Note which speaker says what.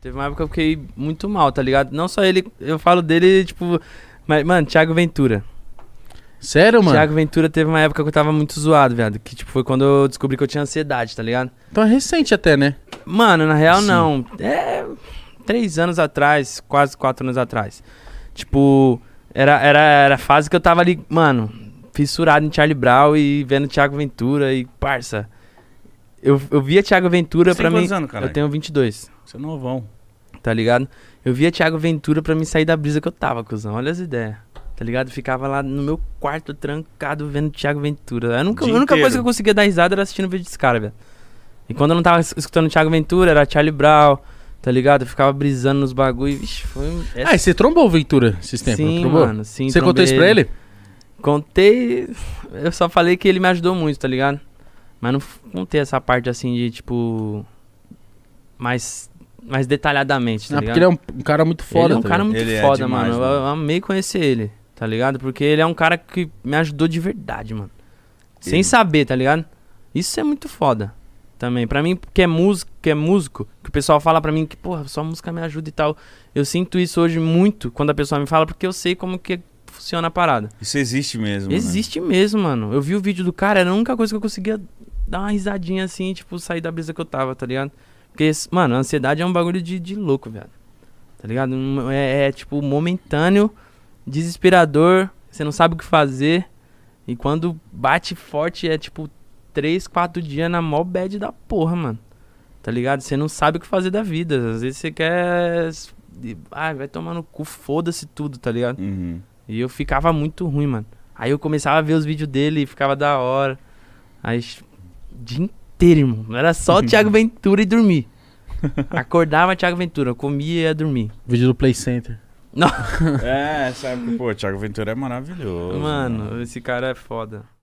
Speaker 1: Teve uma época que eu fiquei muito mal, tá ligado? Não só ele, eu falo dele, tipo. Mas, mano, Thiago Ventura.
Speaker 2: Sério, mano?
Speaker 1: Thiago Ventura teve uma época que eu tava muito zoado, viado. Que, tipo, foi quando eu descobri que eu tinha ansiedade, tá ligado?
Speaker 2: Então é recente até, né?
Speaker 1: Mano, na real,
Speaker 2: Sim.
Speaker 1: não. É. Três anos atrás, quase quatro anos atrás. Tipo, era, era, era a fase que eu tava ali, mano, fissurado em Charlie Brown e vendo Thiago Ventura e, parça. Eu, eu via Thiago Ventura
Speaker 3: Você
Speaker 1: pra
Speaker 3: tem
Speaker 1: mim.
Speaker 3: quantos anos, caralho?
Speaker 1: eu tenho 22,
Speaker 3: Você é novão.
Speaker 1: tá ligado? Eu via Thiago Ventura pra me sair da brisa que eu tava, cuzão. Olha as ideias. Tá ligado? Ficava lá no meu quarto trancado vendo Thiago Ventura. A única, a
Speaker 3: Dia
Speaker 1: única coisa que
Speaker 3: inteiro.
Speaker 1: eu conseguia dar risada era assistindo vídeo desse cara, velho. E quando eu não tava es- escutando Thiago Ventura, era Charlie Brown, tá ligado? Eu ficava brisando nos bagulho. Vixe, foi. um- essa-
Speaker 2: Ah, e você trombou o Ventura esses tempos? não
Speaker 1: sim,
Speaker 2: trombou?
Speaker 1: mano, sim.
Speaker 2: você contou
Speaker 1: trombei Tá
Speaker 2: isso pra ele?
Speaker 1: Contei. Eu só falei que ele me ajudou muito, tá ligado? Mas não f- contei essa parte assim de tipo. Mais, mais detalhadamente, tá
Speaker 2: ah,
Speaker 1: ligado?
Speaker 2: porque ele é um, um cara muito foda.
Speaker 1: ele é um
Speaker 2: tá
Speaker 1: cara
Speaker 2: ligado?
Speaker 1: muito
Speaker 3: Ele é
Speaker 1: foda,
Speaker 3: demais,
Speaker 1: mano. Eu,
Speaker 3: mano.
Speaker 1: eu amei conhecer ele, tá ligado? Porque ele é um cara que me ajudou de verdade, mano. Sem
Speaker 3: Ele-
Speaker 1: saber, tá ligado? Isso é muito foda também. Pra mim, que é músico, que é músico, que o pessoal fala pra mim que, porra, só música me ajuda e tal. Eu sinto isso hoje muito quando a pessoa me fala, porque eu sei como que funciona a parada.
Speaker 3: Isso existe mesmo. né?
Speaker 1: Existe mesmo, mano. Eu vi o vídeo do cara, era a única coisa que eu conseguia dar uma risadinha assim, tipo, sair da brisa que eu tava, tá ligado? Porque, mano, a ansiedade é um bagulho de, de louco, velho. Tá ligado? Não- É, é, tipo momentâneo, desesperador, você não sabe o que fazer. E quando bate forte é tipo 3, 4 dias na mó bad da porra, mano. Tá ligado? Você não sabe o que fazer da vida. Às vezes você quer. Ai, vai tomar no cu, foda-se tudo, tá ligado?
Speaker 3: Uhum.
Speaker 1: E eu ficava muito ruim, mano. Aí eu começava a ver os vídeos dele e ficava da hora. Aí, ch- dia inteiro, irmão. Era só Thiago Ventura e dormir. Acordava Thiago Ventura, comia e ia dormir.
Speaker 2: Vídeo do Play Center.
Speaker 3: É, sabe, pô, Thiago Ventura é maravilhoso.
Speaker 1: Mano, esse cara é foda.